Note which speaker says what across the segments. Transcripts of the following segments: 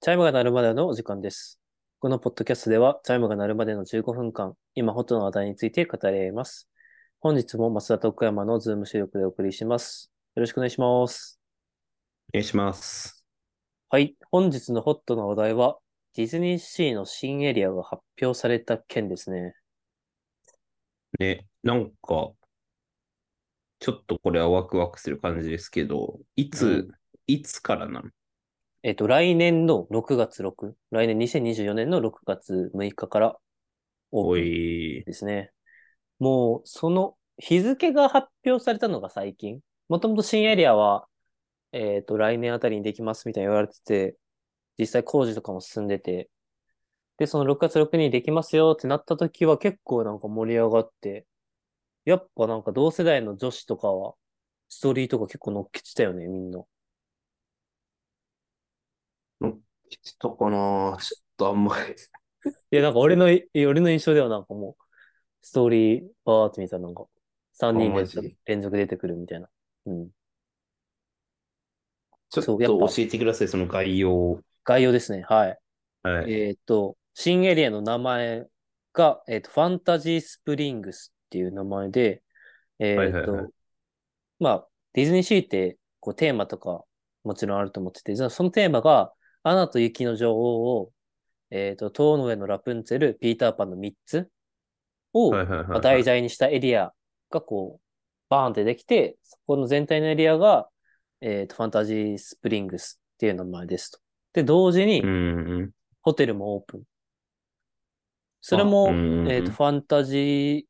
Speaker 1: チャイムが鳴るまでのお時間です。このポッドキャストでは、チャイムが鳴るまでの15分間、今ホットな話題について語り合います。本日も松田徳山のズーム収録でお送りします。よろしくお願いします。
Speaker 2: お願いします。
Speaker 1: はい。本日のホットな話題は、ディズニーシーの新エリアが発表された件ですね。
Speaker 2: ね、なんか、ちょっとこれはワクワクする感じですけど、いつ、いつからなの
Speaker 1: えっと、来年の6月6、来年2024年の6月6日からオープ
Speaker 2: お
Speaker 1: ン
Speaker 2: い、
Speaker 1: ですね。もう、その日付が発表されたのが最近。もともと新エリアは、えっと、来年あたりにできますみたいに言われてて、実際工事とかも進んでて、で、その6月6日にできますよってなった時は結構なんか盛り上がって、やっぱなんか同世代の女子とかは、ストーリーとか結構乗っけてたよね、みんな。
Speaker 2: いつとかなちょっとあんま り。
Speaker 1: いや、なんか俺のい、俺の印象ではなんかもう、ストーリーバーって見たらなんか、3人連
Speaker 2: マジ
Speaker 1: 続、連続出てくるみたいな。うん。
Speaker 2: ちょ
Speaker 1: そ
Speaker 2: っと
Speaker 1: うやっぱ
Speaker 2: 教えてください、その概要を。
Speaker 1: 概要ですね。はい。
Speaker 2: はい。
Speaker 1: えっと、新エリアの名前が、えっと、ファンタジースプリングスっていう名前で、え
Speaker 2: はい
Speaker 1: っ
Speaker 2: はいはい
Speaker 1: と、まあ、ディズニーシーって、こう、テーマとか、もちろんあると思ってて、じゃあそのテーマが、アナと雪の女王を、えっと、塔の上のラプンツェル、ピーターパンの3つを、
Speaker 2: はいはいはい
Speaker 1: まあ、
Speaker 2: はい
Speaker 1: 題材にしたエリアがこう、バーンってできて、そこの全体のエリアが、えっ、と、ファンタジースプリングスっていう名前ですと。で、同時に
Speaker 2: うんうん。
Speaker 1: ホテルもオープン。それも、
Speaker 2: あうん
Speaker 1: えっ、と、ファンタジー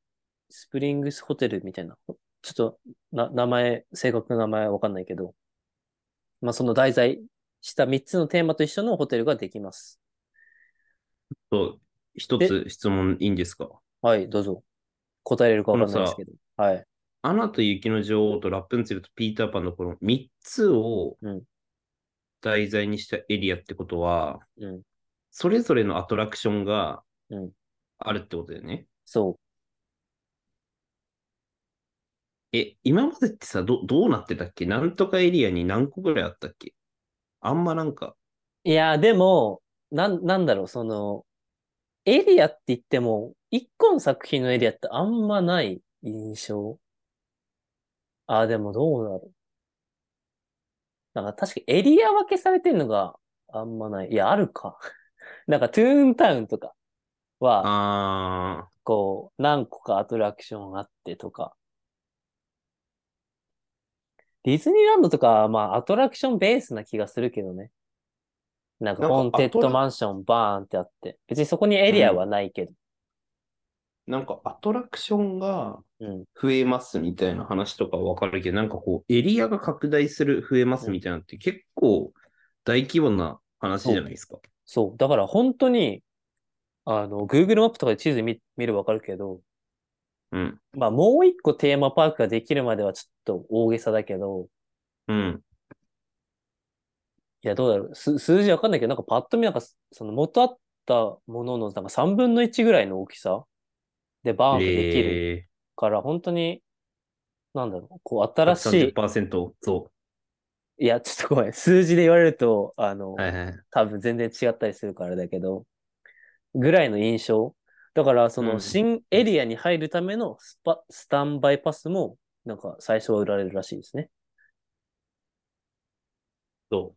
Speaker 1: スプリングスホテルみたいな。ちょっと、な、名前、正確な名前はわかんないけど、まあ、その題材した3つのテーマと一緒のホテルができます。
Speaker 2: と、一つ質問いいんですか
Speaker 1: はい、どうぞ。答えれるかわかんないですけど。はい。
Speaker 2: アナと雪の女王とラプンツェルとピーターパンのこの3つを
Speaker 1: うん
Speaker 2: 題材にしたエリアってことは、
Speaker 1: うん。
Speaker 2: それぞれのアトラクションが
Speaker 1: うん
Speaker 2: あるってことだよね。
Speaker 1: そう。
Speaker 2: え、今までってさ、ど、どうなってたっけなんとかエリアに何個ぐらいあったっけあんまなんか、
Speaker 1: いやー、でも、なん、なんだろう、その、エリアって言っても、一個の作品のエリアってあんまない印象。あー、でもどうだろう。なんか確かエリア分けされてるのがあんまない。いや、あるか。 なんかトゥーンタウンとかは、
Speaker 2: あ
Speaker 1: こう、何個かアトラクションあってとか。ディズニーランドとかは、まあ、アトラクションベースな気がするけどね。なんか、
Speaker 2: なんか
Speaker 1: ホーンテッ
Speaker 2: アト
Speaker 1: ド
Speaker 2: ラ
Speaker 1: マンションバーンってあって。別にそこにエリアはないけど。
Speaker 2: ー、なんかアトラクションが
Speaker 1: うん。
Speaker 2: 増えますみたいな話とかはわかるけど、なんかこう、エリアが拡大する、増えますみたいなのって結構大規模な話じゃないですか。
Speaker 1: そう。だから、本当に、あの、Google マップとかで地図見、見ればわかるけど、
Speaker 2: うん。
Speaker 1: まあ、もう一個テーマパークができるまではちょっと大げさだけど、
Speaker 2: うん。
Speaker 1: いや、どうだろう。す、数字わかんないけど、なんかパッと見なんか、その元あったものの、なんか3分の1ぐらいの大きさでバーンってできる
Speaker 2: え
Speaker 1: から、本当に、なんだろう、こう
Speaker 2: ー、
Speaker 1: 新しい、
Speaker 2: 30%増。
Speaker 1: いや、ちょっとごめん、数字で言われると、あの、
Speaker 2: はいはい。
Speaker 1: 多分全然違ったりするからだけど、ぐらいの印象。だから、そうの
Speaker 2: ん
Speaker 1: 新エリアに入るためのスパ、スタンバイパスも、なんか最初は売られるらしいですね。
Speaker 2: そ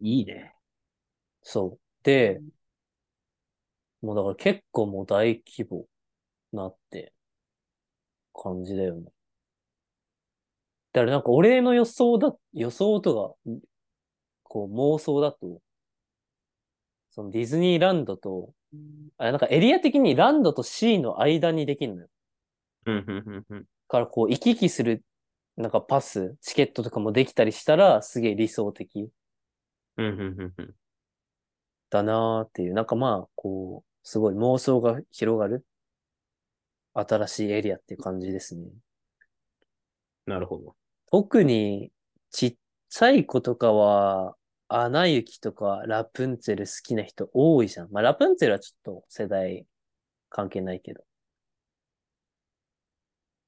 Speaker 2: う。いいね。
Speaker 1: そう。で、もうだから結構もう大規模なって感じだよね。だからなんか俺の予想だ、予想とか、こう妄想だと、そのディズニーランドと、あ、なんかエリア的にランドとシーの間にできるのよ。
Speaker 2: うん、うん、うん、うん。
Speaker 1: からこう行き来する、なんかパス、チケットとかもできたりしたらすげえ理想的。
Speaker 2: うん、うん、うんうん。
Speaker 1: だなーっていう、なんかまあ、こう、すごい妄想が広がる新しいエリアっていう感じですね。
Speaker 2: なるほど。
Speaker 1: 特にちっちゃい子とかは、アナ雪とかラプンツェル好きな人多いじゃん。まあラプンツェルはちょっと世代関係ないけど、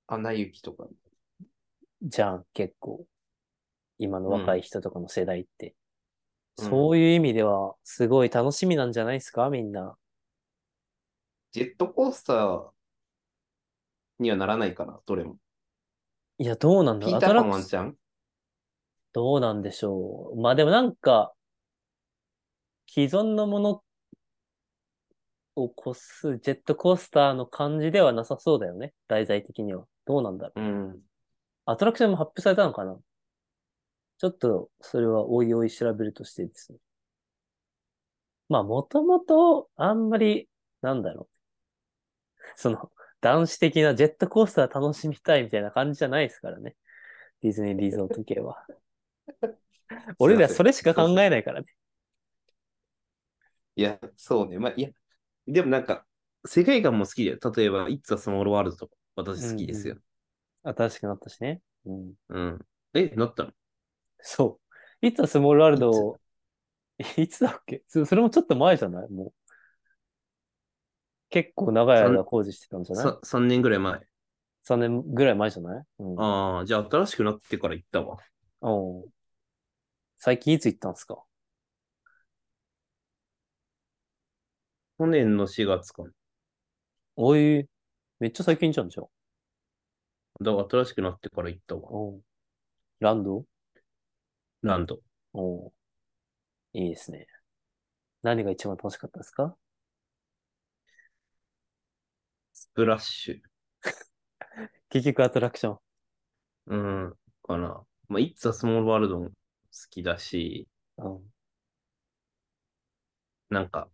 Speaker 2: アナ雪とか。
Speaker 1: じゃん、結構。今の若い人とかの世代って。
Speaker 2: うん
Speaker 1: そういう意味では、すごい楽しみなんじゃないですか、みんな。
Speaker 2: ジェットコースターにはならないかな、どれも。
Speaker 1: いや、どうなんだ
Speaker 2: ピ
Speaker 1: ろう。
Speaker 2: ー
Speaker 1: アト
Speaker 2: ターパ
Speaker 1: ラ
Speaker 2: ンワ
Speaker 1: ク
Speaker 2: ン
Speaker 1: シ
Speaker 2: ちゃん
Speaker 1: どうなんでしょう。まあでもなんか、既存のものを越すジェットコースターの感じではなさそうだよね。題材的には。どうなんだろう。
Speaker 2: うん。
Speaker 1: アトラクションも発表されたのかなちょっと、それはおいおい調べるとしてですね。まあ、もともと、あんまり、なんだろう。その、男子的なジェットコースター楽しみたいみたいな感じじゃないですからね。ディズニーリゾート系は。俺らそれしか考えないからね。
Speaker 2: いや、そうね。まあ、いや、でもなんか、世界観も好きだよ。例えば、It's a Small World とか、私好きですよ。
Speaker 1: 新しくなったしね。うん。
Speaker 2: うん、え、なったの
Speaker 1: そう。いつはスモールワールドを、 いつだっけそそれもちょっと前じゃないもう。結構長い間
Speaker 2: さん
Speaker 1: 工事してたんじゃない
Speaker 2: ?3 年ぐらい前。
Speaker 1: ?3 年ぐらい前じゃないうん。
Speaker 2: ああ、じゃあ新しくなってから行ったわ。
Speaker 1: うん最近いつ行ったんですか
Speaker 2: 去年の4月かな。
Speaker 1: おい、めっちゃ最近じゃんじゃん。
Speaker 2: だから新しくなってから行ったわ。
Speaker 1: うんランド
Speaker 2: ランド。
Speaker 1: おいいですね。何が一番楽しかったですか
Speaker 2: スプラッシュ。
Speaker 1: 結局アトラクション。
Speaker 2: うん。かな。まあ、It's a Small World も好きだし、
Speaker 1: うん。
Speaker 2: なんか、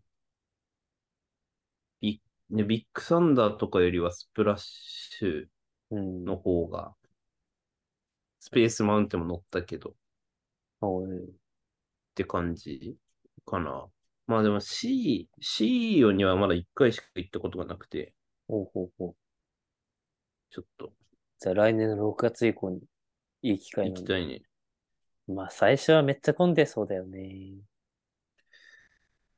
Speaker 2: ビッ,、ね、ビッグサンダーとかよりはスプラッシュ
Speaker 1: うん。
Speaker 2: の方が、スペースマウンテンも乗ったけど、っ
Speaker 1: おい
Speaker 2: て感じかな。まあでも C、C にはまだ1回しか行ったことがなくて、
Speaker 1: おうほうほう。
Speaker 2: ちょっと
Speaker 1: じゃあ来年の6月以降にいい機会
Speaker 2: 行
Speaker 1: な
Speaker 2: き
Speaker 1: んで。
Speaker 2: たいね。
Speaker 1: まあ最初はめっちゃ混んでそうだよね。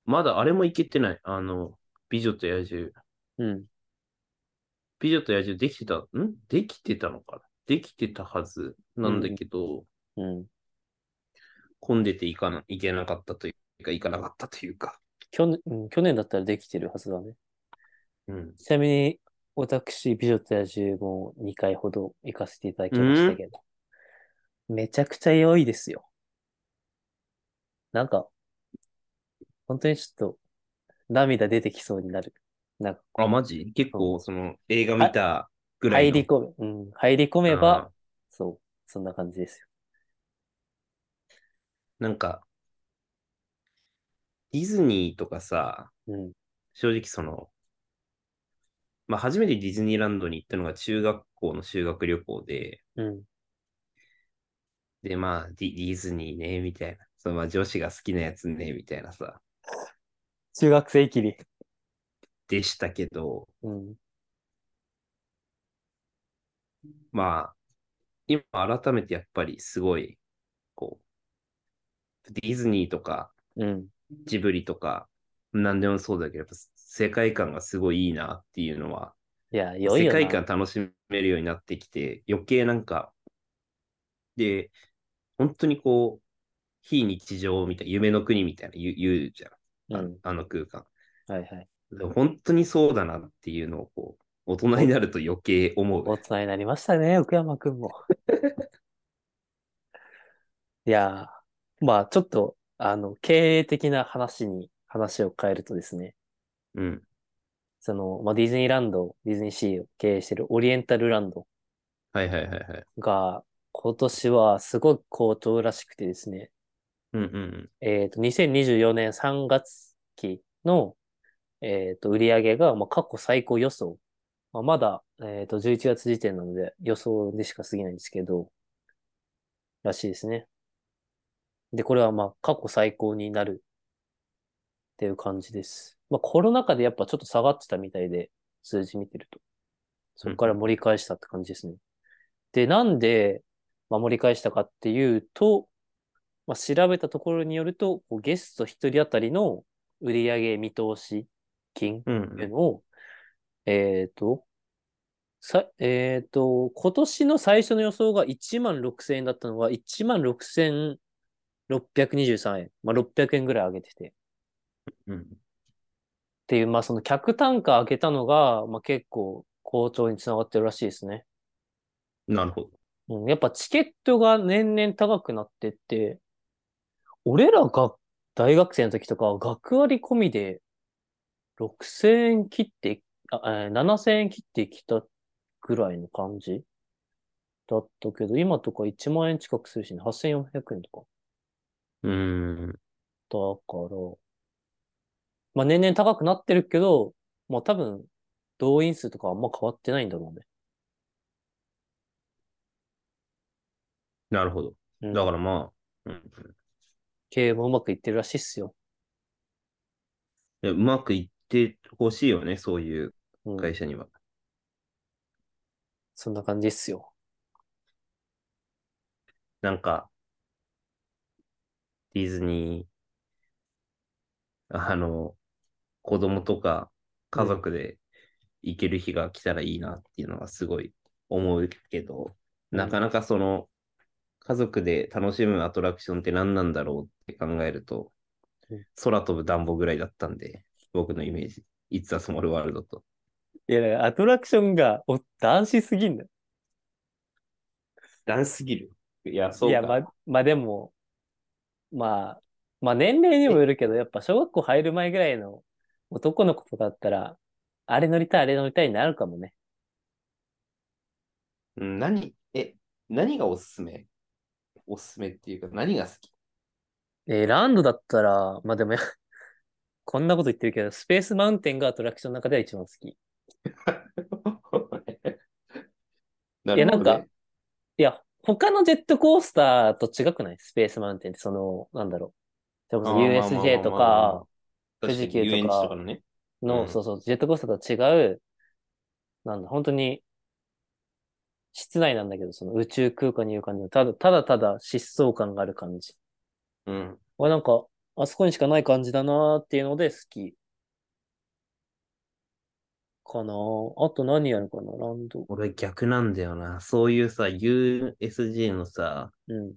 Speaker 2: まだあれも行けてない。あの、美女と野獣。
Speaker 1: うん。
Speaker 2: 美女と野獣できてた、んできてたのかなできてたはずなんだけど、
Speaker 1: うん。
Speaker 2: 混んでて行かな、行けなかったというか、行かなかったというか。
Speaker 1: 去年、うん去年だったらできてるはずだね。
Speaker 2: うん。
Speaker 1: ちなみに、私、美女と野獣も2回ほど行かせていただきましたけど、めちゃくちゃ良いですよ。なんか、本当にちょっと、涙出てきそうになる。なんか、
Speaker 2: あ、マジ結構、その、映画見たぐらい
Speaker 1: 入
Speaker 2: の。
Speaker 1: り込め、うん、入り込めば、そう、そんな感じですよ。
Speaker 2: うんなんか、ディズニーとかさ、
Speaker 1: うん、
Speaker 2: 正直その、まあ、初めてディズニーランドに行ったのが中学校の修学旅行で、
Speaker 1: うん、
Speaker 2: で、まあ、ディディズニーね、みたいな。そのまあ、女子が好きなやつね、みたいなさ、
Speaker 1: 中学生きり。
Speaker 2: でしたけど、
Speaker 1: うん、
Speaker 2: まあ、今改めてやっぱりすごい、こう、ディズニーとか
Speaker 1: うん、
Speaker 2: ジブリとか、何でもそうだけど、やっぱ世界観がすごいいいなっていうのは、
Speaker 1: いや、良いよな。
Speaker 2: 世界観楽しめるようになってきて、余計なんか、で、本当にこう、非日常みたいな、夢の国みたいな言う言うじゃん、あ
Speaker 1: う
Speaker 2: の
Speaker 1: ん
Speaker 2: あの空間。
Speaker 1: はいはい。
Speaker 2: でも本当にそうだなっていうのをこう、大人になると余計思う。
Speaker 1: 大人になりましたね、奥山くんも。 いやー、まあちょっと、あの、経営的な話に、話を変えるとですね、
Speaker 2: うん。
Speaker 1: その、まあ、ディズニーランド、ディズニーシーを経営してるオリエンタルランド
Speaker 2: はいはいはいはい。
Speaker 1: が、今年はすごく好調らしくてですね、
Speaker 2: うんうんうん。
Speaker 1: えっ、と、2024年3月期の、えっ、と、売り上げが、まあ、過去最高予想。まあ、まだ、えっ、と、11月時点なので予想でしか過ぎないんですけど、らしいですね。で、これはまあ、過去最高になるっていう感じです。まあ、コロナ禍でやっぱちょっと下がってたみたいで、数字見てると。そこから盛り返したって感じですね。で、なんで、まあ、盛り返したかっていうと、まあ、調べたところによると、こうゲスト一人当たりの売上見通し金
Speaker 2: うん
Speaker 1: っ
Speaker 2: う、
Speaker 1: ていうんのを、えっ、と、さ、えっ、と、今年の最初の予想が1万6000円だったのが、1万623円。まあ、600円ぐらい上げてて。っ
Speaker 2: うん。
Speaker 1: ていう、まあ、その客単価上げたのが、まあ、結構好調につながってるらしいですね。
Speaker 2: なるほど。
Speaker 1: うん、やっぱチケットが年々高くなってって、俺らが大学生の時とかは学割込みで6000円切って、あ、えー7000円切ってきたぐらいの感じだったけど、今とか1万円近くするしね、8400円とか。
Speaker 2: うーん。
Speaker 1: だから、まあ年々高くなってるけど、まあ多分動員数とかあんま変わってないんだろうね。
Speaker 2: なるほど。
Speaker 1: うん
Speaker 2: だからまあ、うん
Speaker 1: 経営もうまくいってるらしいっすよ。
Speaker 2: でうまくいってほしいよね、そういう
Speaker 1: うん、
Speaker 2: 会社には。
Speaker 1: そんな感じっすよ。
Speaker 2: なんか、ディズニー、あの、子供とか家族で行ける日が来たらいいなっていうのはすごい思うけど、
Speaker 1: うん
Speaker 2: なかなかその、家族で楽しむアトラクションって何なんだろうって考えると
Speaker 1: うん、
Speaker 2: 空飛ぶ暖房ぐらいだったんで、僕のイメージ。It's a small world と。
Speaker 1: いや、だからアトラクションがお男子すぎんだよ。
Speaker 2: ダンスすぎる。いや、そう
Speaker 1: い
Speaker 2: か。
Speaker 1: や、ま、まあでも、まあ、まあ年齢にもよるけど、やっぱ小学校入る前ぐらいの男の子とかだったら、あれ乗りたい、あれ乗りたいになるかもね。
Speaker 2: うん何、え、何がおすすめおすすめっていうか、何が好き
Speaker 1: えーランドだったら、まあでもや、 こんなこと言ってるけど、スペースマウンテンがアトラクションの中では一番好き。い
Speaker 2: ない
Speaker 1: や
Speaker 2: る
Speaker 1: な
Speaker 2: ほ
Speaker 1: ん
Speaker 2: ど
Speaker 1: か
Speaker 2: ね。
Speaker 1: や、他のジェットコースターと違くないスペースマウンテンって、その、なんだろう。それこそ
Speaker 2: あーまあまあまあまあ
Speaker 1: USJ とか、
Speaker 2: 確かに
Speaker 1: 富士急とか
Speaker 2: 遊園地とかのね。う
Speaker 1: の、
Speaker 2: ん
Speaker 1: そうそう、ジェットコースターとは違う、なんだ、本当に、室内なんだけど、その宇宙空間にいる感じの、ただ、ただただ疾走感がある感じ。
Speaker 2: うん。
Speaker 1: あ、なんか、あそこにしかない感じだなーっていうので好き。かなーあと何やるかなランド。
Speaker 2: 俺逆なんだよな。そういうさ、USJ のさ、
Speaker 1: うん。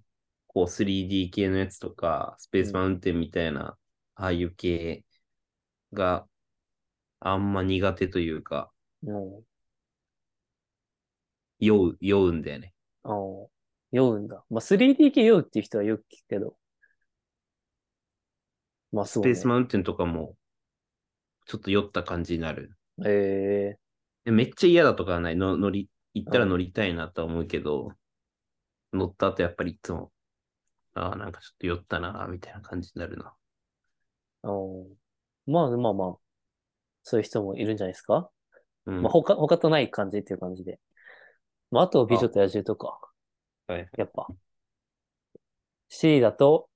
Speaker 2: こう 3D 系のやつとか、スペースマウンテンみたいな、ああいう系があんま苦手というか、
Speaker 1: うん。
Speaker 2: 酔う、酔うんだよね。
Speaker 1: ああ、酔うんだ。まあ、3D 系酔うっていう人はよく聞くけど。まあ、そ
Speaker 2: ス
Speaker 1: う
Speaker 2: ペ
Speaker 1: ね。
Speaker 2: ースマウンテンとかも、ちょっと酔った感じになる。
Speaker 1: ええ
Speaker 2: えめっちゃ嫌だとかはない。の乗り、行ったら
Speaker 1: うん
Speaker 2: 乗りたいなとは思うけど、乗った後やっぱりいつも、ああ、なんかちょっと酔ったな、みたいな感じになるな。
Speaker 1: ああまあ、まあまあ、そういう人もいるんじゃないですか、
Speaker 2: うん。
Speaker 1: まあ、他、他とない感じっていう感じで。まあ、あと、美女と野獣とか、
Speaker 2: はい
Speaker 1: やっぱ。C だと、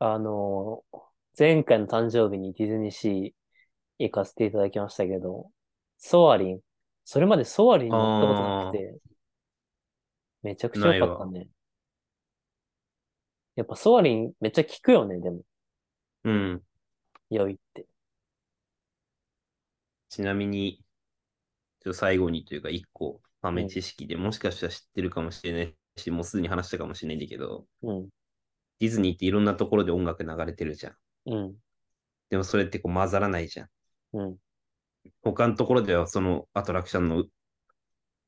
Speaker 1: あのー前回の誕生日にディズニーシー行かせていただきましたけど、ソアリン。それまでソアリンに乗ったことなくて、めちゃくちゃ良かったね。やっぱソアリンめっちゃ効くよね、でも。
Speaker 2: うん。
Speaker 1: 良いって。
Speaker 2: ちなみに、ちょっと最後にというか、一個豆知識で、もしかしたら知ってるかもしれないし、もうすでに話したかもしれないんだけど、
Speaker 1: うん、
Speaker 2: ディズニーっていろんなところで音楽流れてるじゃん。
Speaker 1: うん、
Speaker 2: でもそれってこう混ざらないじゃん。
Speaker 1: うん。
Speaker 2: 他のところではそのアトラクションの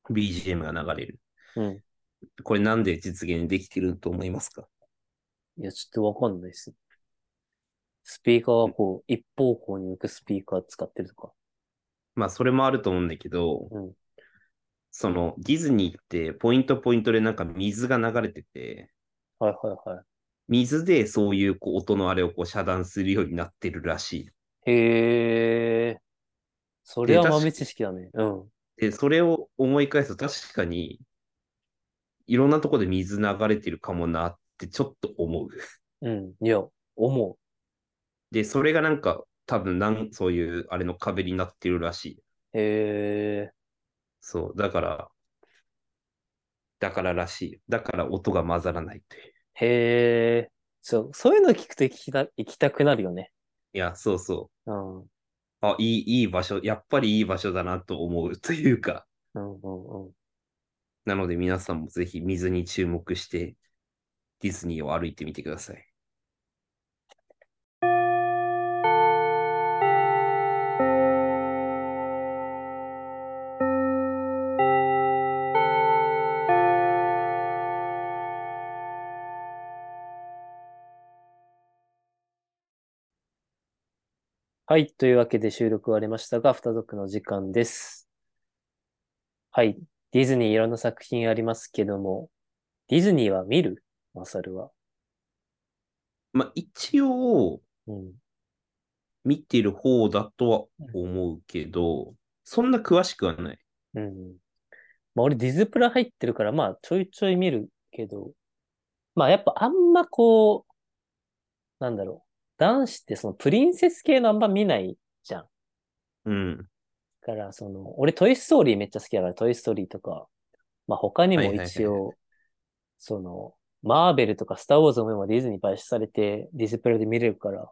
Speaker 2: BGM が流れる。
Speaker 1: うん
Speaker 2: これなんで実現できてると思いますか
Speaker 1: いや、ちょっとわかんないです。スピーカーがこう、一方向に向くスピーカー使ってるとか。
Speaker 2: まあそれもあると思うんだけど、
Speaker 1: うん
Speaker 2: そのディズニーってポイントポイントでなんか水が流れてて、
Speaker 1: はいはいは
Speaker 2: 水でそういうこう音のあれをこう遮断するようになってるらし
Speaker 1: い。へえ。それは豆知識だね。うん。
Speaker 2: い。で、それを思い返すと確かにいろんなとこで水流れてるかもなってちょっと思う。
Speaker 1: うん。いや、思
Speaker 2: で、それがなんか多分なんそういうあれの壁になってるらしい。
Speaker 1: う。へえ。
Speaker 2: そう、だから、だかららしい。だから音が混ざらないという。
Speaker 1: へえ。そう、そういうの聞くと行きた行きたくなるよね。
Speaker 2: いや、そうそ
Speaker 1: うん。うん
Speaker 2: う。あ、いい、いい場所、やっぱりいい場所だなと思うというか。
Speaker 1: うんうん。
Speaker 2: なので皆さんもぜひ水に注目して、ディズニーを歩いてみてください。
Speaker 1: はい。というわけで収録終わりましたが、二族の時間です。はい。ディズニーいろんな作品ありますけども、ディズニーは見るマサルは。
Speaker 2: まあ、一応、
Speaker 1: うん。
Speaker 2: 見てる方だとは思うけど、そんな詳しくはない。
Speaker 1: うん。まあ俺ディズプラ入ってるから、まあちょいちょい見るけど、まあやっぱあんまこう、なんだろう。男子ってそのプリンセス系のあんま見ないじゃん。
Speaker 2: うん。
Speaker 1: から、その、俺トイストーリーめっちゃ好きだから、トイストーリーとか、まあ他にも
Speaker 2: はいはいはい
Speaker 1: 一応、その、マーベルとかスターウォーズも今ディズニー買収されてディスプレイで見れるから、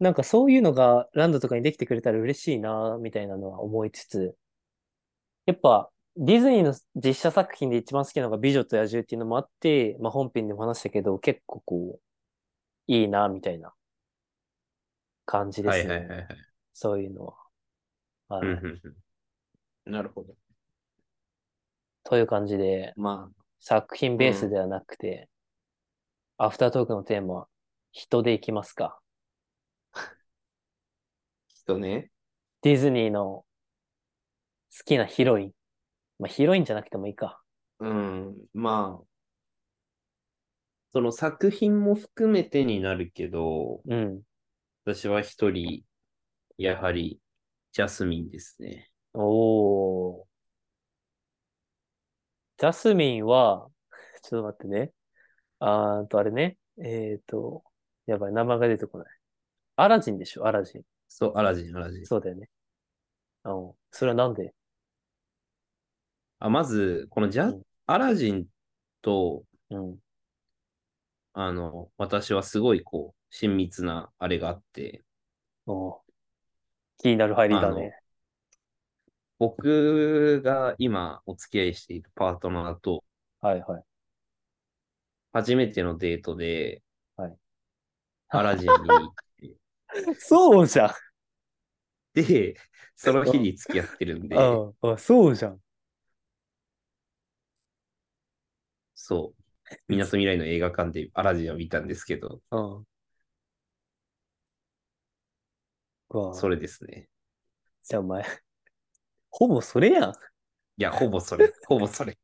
Speaker 1: なんかそういうのがランドとかにできてくれたら嬉しいな、みたいなのは思いつつ、やっぱディズニーの実写作品で一番好きなのが美女と野獣っていうのもあって、まあ本編でも話したけど、結構こう、いいな、みたいな感じで
Speaker 2: はい
Speaker 1: す
Speaker 2: はいはいは
Speaker 1: ね。
Speaker 2: い。
Speaker 1: そういうのは。は
Speaker 2: う
Speaker 1: い
Speaker 2: んうんうんなるほど。
Speaker 1: という感じで、
Speaker 2: ま
Speaker 1: 作品ベースではなくて、アフタートークのテーマは、人でいきますか。
Speaker 2: あ、きっとね。
Speaker 1: ディズニーの好きなヒロイン。まあ、ヒロインじゃなくてもいいか。
Speaker 2: うん。まあ、その作品も含めてになるけど、
Speaker 1: うん。
Speaker 2: 私は一人、やはり、ジャスミンですね。
Speaker 1: おー。ジャスミンは、 ちょっと待ってね。あーと、あれね。えっ、ー、と、やばい、名前が出てこない。アラジンでしょ、アラジン。
Speaker 2: そう、アラジン、アラジン。
Speaker 1: そうだよね。うん。それはなんで
Speaker 2: あ、まず、このジャ、
Speaker 1: うん
Speaker 2: アラジンと、
Speaker 1: うん。
Speaker 2: あの、私はすごい、こう、親密なあれがあって、
Speaker 1: おー気になる入りだね。
Speaker 2: 僕が今お付き合いしているパートナーと、
Speaker 1: はいはい。
Speaker 2: 初めてのデートで、
Speaker 1: はい
Speaker 2: アラジンに行
Speaker 1: そうじゃん。
Speaker 2: って、 その日に付き合ってるんで、
Speaker 1: うん、そうじゃん。
Speaker 2: そう、みなとみらいの映画館でアラジンを見たんですけど、
Speaker 1: うん。うわ
Speaker 2: それですね。
Speaker 1: じゃあお前、 ほぼそれやん。
Speaker 2: いや、ほぼそれ、ほぼそれ。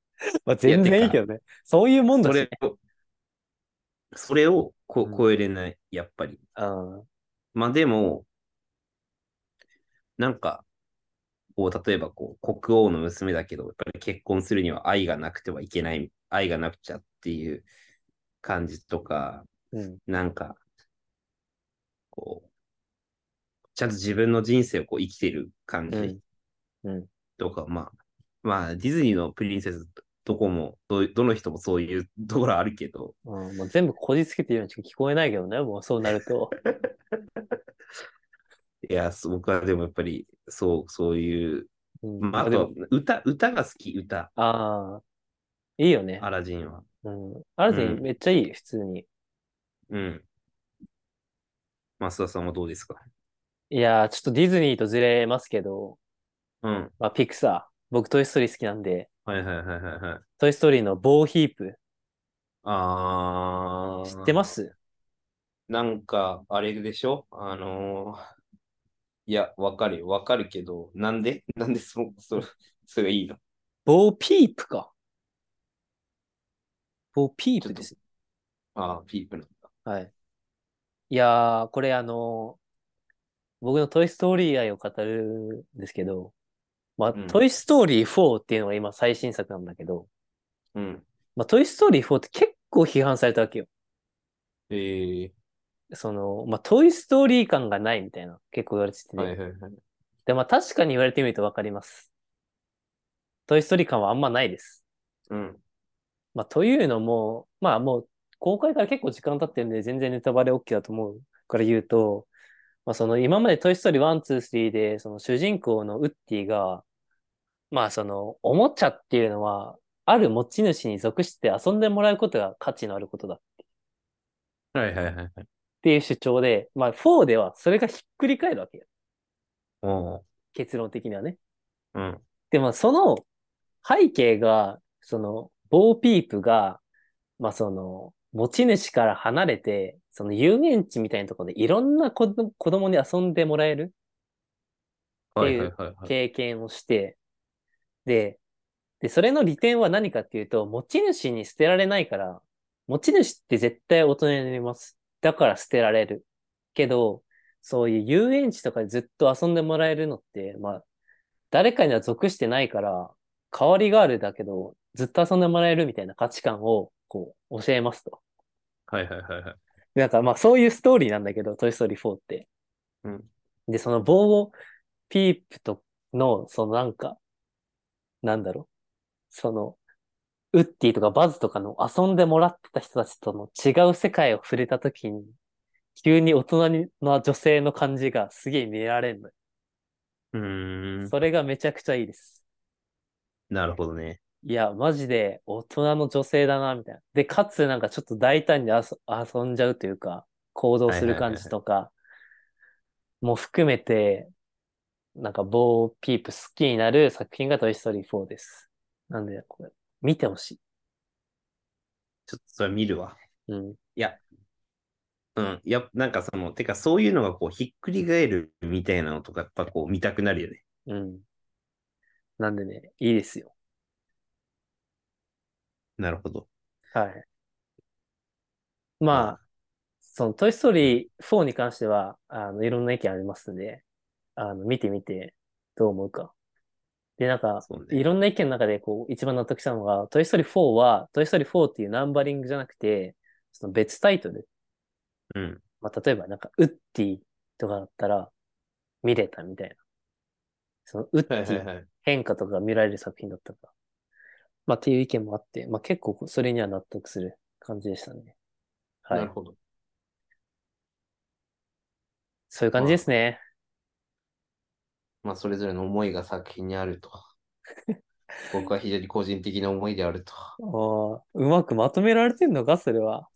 Speaker 1: まあ、全然いいけどね。そういうもんだ
Speaker 2: そ
Speaker 1: しね
Speaker 2: れ。を、それをこ
Speaker 1: うん
Speaker 2: 超えれない、やっぱり。
Speaker 1: うん。
Speaker 2: まあでも、なんか、こう、例えばこう、国王の娘だけど、やっぱり結婚するには愛がなくてはいけない、愛がなくちゃっていう感じとか、
Speaker 1: うん。
Speaker 2: なんか、こう、ちゃんと自分の人生をこう生きてる
Speaker 1: う
Speaker 2: 感
Speaker 1: ん
Speaker 2: じ。
Speaker 1: うん。
Speaker 2: とか、まあ、まあ、ディズニーのプリンセス、どこも、ど、どの人もそういうところあるけど、
Speaker 1: うん、もう全部こじつけてるようにしか聞こえないけどね。もうそうなると。
Speaker 2: いや、そう僕はでもやっぱり、そう、そういう、
Speaker 1: うん、
Speaker 2: まあ、あ
Speaker 1: で
Speaker 2: とは
Speaker 1: も、
Speaker 2: 歌、歌が好き、歌、
Speaker 1: ああ、いいよね
Speaker 2: ア。ラジンは。
Speaker 1: うん。ある
Speaker 2: う
Speaker 1: 時
Speaker 2: ん
Speaker 1: めっちゃいい、普通に。
Speaker 2: うん。増田さんはどうですか
Speaker 1: いやー、ちょっとディズニーとずれますけど、
Speaker 2: うん。
Speaker 1: まあ、ピクサー。僕、トイ・ストーリー好きなんで、
Speaker 2: はいはいはいはいはい。
Speaker 1: トイ・ストーリーのボーヒープ。
Speaker 2: あー。
Speaker 1: 知ってます
Speaker 2: なんか、あれでしょあのーいや、わかるよ。わかるけど、なんで なんでそ、そ、それがいいの
Speaker 1: ボーピープか。ボーピープです。
Speaker 2: ああ、ピープなんだ。
Speaker 1: はい。いやー、これあのー僕のトイストーリー愛を語るんですけど、まあ、
Speaker 2: うん
Speaker 1: トイストーリー4っていうのが今最新作なんだけど、
Speaker 2: うん。
Speaker 1: まあ、トイストーリー4って結構批判されたわけよ。
Speaker 2: ええ
Speaker 1: その、まあ、トイストーリー感がないみたいな、結構言われてて、
Speaker 2: はいはいはい。
Speaker 1: で、まあ、確かに言われてみるとわかります。トイストーリー感はあんまないです。
Speaker 2: うん。
Speaker 1: まあ、というのも、まあもう公開から結構時間経ってるんで全然ネタバレ OK だと思うから言うと、まあその今までトイストーリー1、2、3でその主人公のウッディが、まあそのおもちゃっていうのはある持ち主に属して遊んでもらうことが価値のあることだっ
Speaker 2: はいはいはいはい。
Speaker 1: ていう主張で、まあ4ではそれがひっくり返るわけよ。
Speaker 2: おう
Speaker 1: 結論的にはね。
Speaker 2: うん。
Speaker 1: でもその背景が、その、ボーピープが、まあその、持ち主から離れて、その遊園地みたいなところでいろんな子ど子供に遊んでもらえる
Speaker 2: はいはいはいはい。
Speaker 1: 経験をして、で、で、それの利点は何かっていうと、持ち主に捨てられないから、持ち主って絶対大人になります。だから捨てられる。けど、そういう遊園地とかでずっと遊んでもらえるのって、まあ、誰かには属してないから、代わりがあるだけど、ずっと遊んでもらえるみたいな価値観を、こう、教えますと。
Speaker 2: はいはいはいはい。
Speaker 1: なんかまあそういうストーリーなんだけど、トイ・ストーリー4って。
Speaker 2: うん
Speaker 1: で、その棒をピープとの、そのなんか、なんだろう。その、ウッディとかバズとかの遊んでもらってた人たちとの違う世界を触れたときに、急に大人にな女性の感じがすげえ見られるのよ。
Speaker 2: うーん。
Speaker 1: それがめちゃくちゃいいです。
Speaker 2: なるほどね。
Speaker 1: いや、マジで大人の女性だな、みたいな。で、かつなんかちょっと大胆に遊遊んじゃうというか、行動する感じとか、も含めて、なんか棒ピープ好きになる作品がトイストーリー4です。なんで、これ、見てほし
Speaker 2: ちょっとそれ見るわ。
Speaker 1: い。うん。
Speaker 2: うん。やっなんかその、てかそういうのがこう、ひっくり返るみたいなのとか、やっぱこう、見たくなるよね。
Speaker 1: うん。なんでね、いいですよ。
Speaker 2: なるほど。
Speaker 1: はい。まあ、そのトイストーリー4に関しては、あの、いろんな意見ありますんで、あの、見てみて、どう思うか。で、なんか、
Speaker 2: そうね。
Speaker 1: いろんな意見の中でこう一番納得したのが、トイ・ストーリー4は、トイ・ストーリー4っていうナンバリングじゃなくて、その別タイトル。
Speaker 2: うん。
Speaker 1: まあ、例えばなんか、ウッディとかだったら、見れたみたいな。そのウッ
Speaker 2: は
Speaker 1: デ
Speaker 2: いはい
Speaker 1: ィ
Speaker 2: はい。
Speaker 1: 変化とかが見られる作品だったから。まあ、っていう意見もあって、まあ結構それには納得する感じでしたね。は
Speaker 2: なる
Speaker 1: い。
Speaker 2: ほど。
Speaker 1: そういう感じですね。
Speaker 2: まあ、それぞれの思いが作品にあ ると。僕は非常に個人的な思いであると。
Speaker 1: ああ、うまくまとめられてんのか、それは。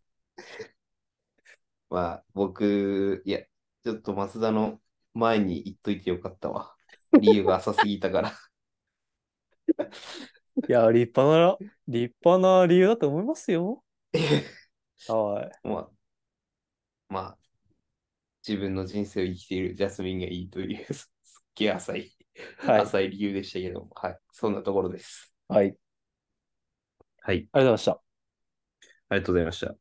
Speaker 2: まあ、僕、いや、ちょっと増田の前に言っといてよかったわ。理由が浅すぎたから。
Speaker 1: いや、立派な、立派な理由だと思いますよ。はい。
Speaker 2: まあ、まあ、自分の人生を生きているジャスミンがいいという、 すっげえ浅い、
Speaker 1: はい
Speaker 2: 浅い理由でしたけども、はい、そんなところです。
Speaker 1: はい。
Speaker 2: は
Speaker 1: あ
Speaker 2: い、
Speaker 1: りがとうございました。
Speaker 2: ありがとうございました。